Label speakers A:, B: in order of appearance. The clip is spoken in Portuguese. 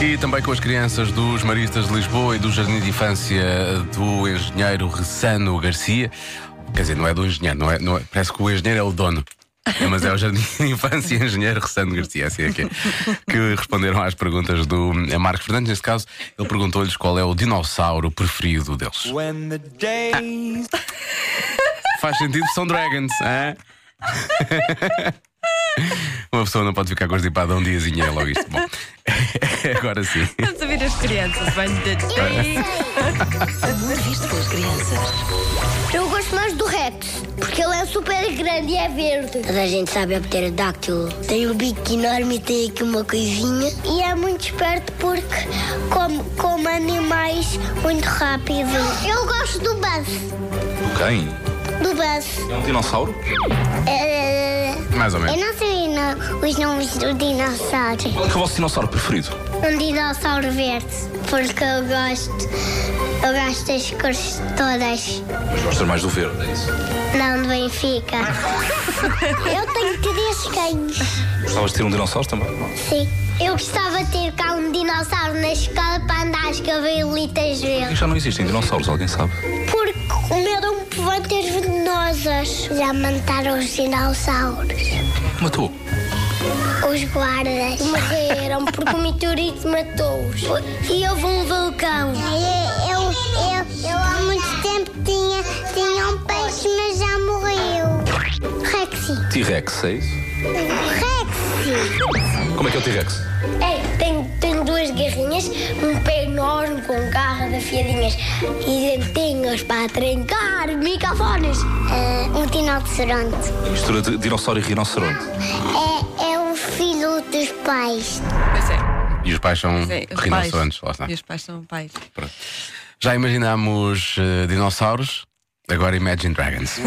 A: E também com as crianças dos Maristas de Lisboa e do Jardim de Infância do engenheiro Ressano Garcia. Quer dizer, não é do engenheiro, não é, não é- parece que o engenheiro é o dono. É, mas é o Jardim de Infância e Engenheiro Ressano Garcia, assim é que, é, que responderam às perguntas do eh, Marcos Fernandes. Neste caso, ele perguntou-lhes qual é o dinossauro preferido deles.
B: When the days
A: Faz sentido, são dragons, hã? Uma pessoa não pode ficar constipada um diazinho, é logo isto. Bom, é agora sim.
C: Vamos ouvir as crianças. Vai de
D: Amor visto pelas crianças.
E: Eu gosto mais do Rex, porque ele é super grande e é verde. Toda a gente sabe a pterodáctilo. Tem um bico enorme e tem aqui uma coisinha. E é muito esperto porque come, come animais muito rápido. Eu gosto do Buzz.
A: Quem?
E: Do Buzz.
A: É um dinossauro?
E: É,
A: Mais ou menos.
E: eu não sei no- os nomes do dinossauro.
B: Qual é que é o vosso dinossauro preferido?
E: Um dinossauro verde, porque eu gosto, eu gosto das cores todas.
B: Mas gostas mais do verde, é isso?
E: Não, do Benfica. eu tenho três cães.
B: Gostavas de ter um dinossauro também?
E: Sim. Eu gostava de ter cá um dinossauro na escola para andar às cavalitas
B: E
E: verdes.
B: já não existem dinossauros, alguém sabe?
E: Porque comeram plantas venenosas. Já mataram os dinossauros.
B: Matou.
E: Os guardas morreram porque o meteorito matou-os. E houve um vulcão. Eu, eu, eu há muito tempo tinha, tinha um peixe, mas já morreu. Rexy.
B: T-Rex, é isso?
E: Rexy.
B: Como é que é o T-Rex?
E: Ei, tenho, tenho duas garrinhas, um pé enorme com garras afiadinhas e dentinhos para trincar microfones. um rinoceronte.
B: Mistura de dinossauro e rinoceronte.
E: É, é o filho dos pais.
C: Pois é.
A: E os pais são
C: Sim, os
A: rinocerontes,
C: pais.
A: lá está.
C: E os pais são pais.
A: Pronto. Já imaginámos eh, dinossauros, agora Imagine Dragons.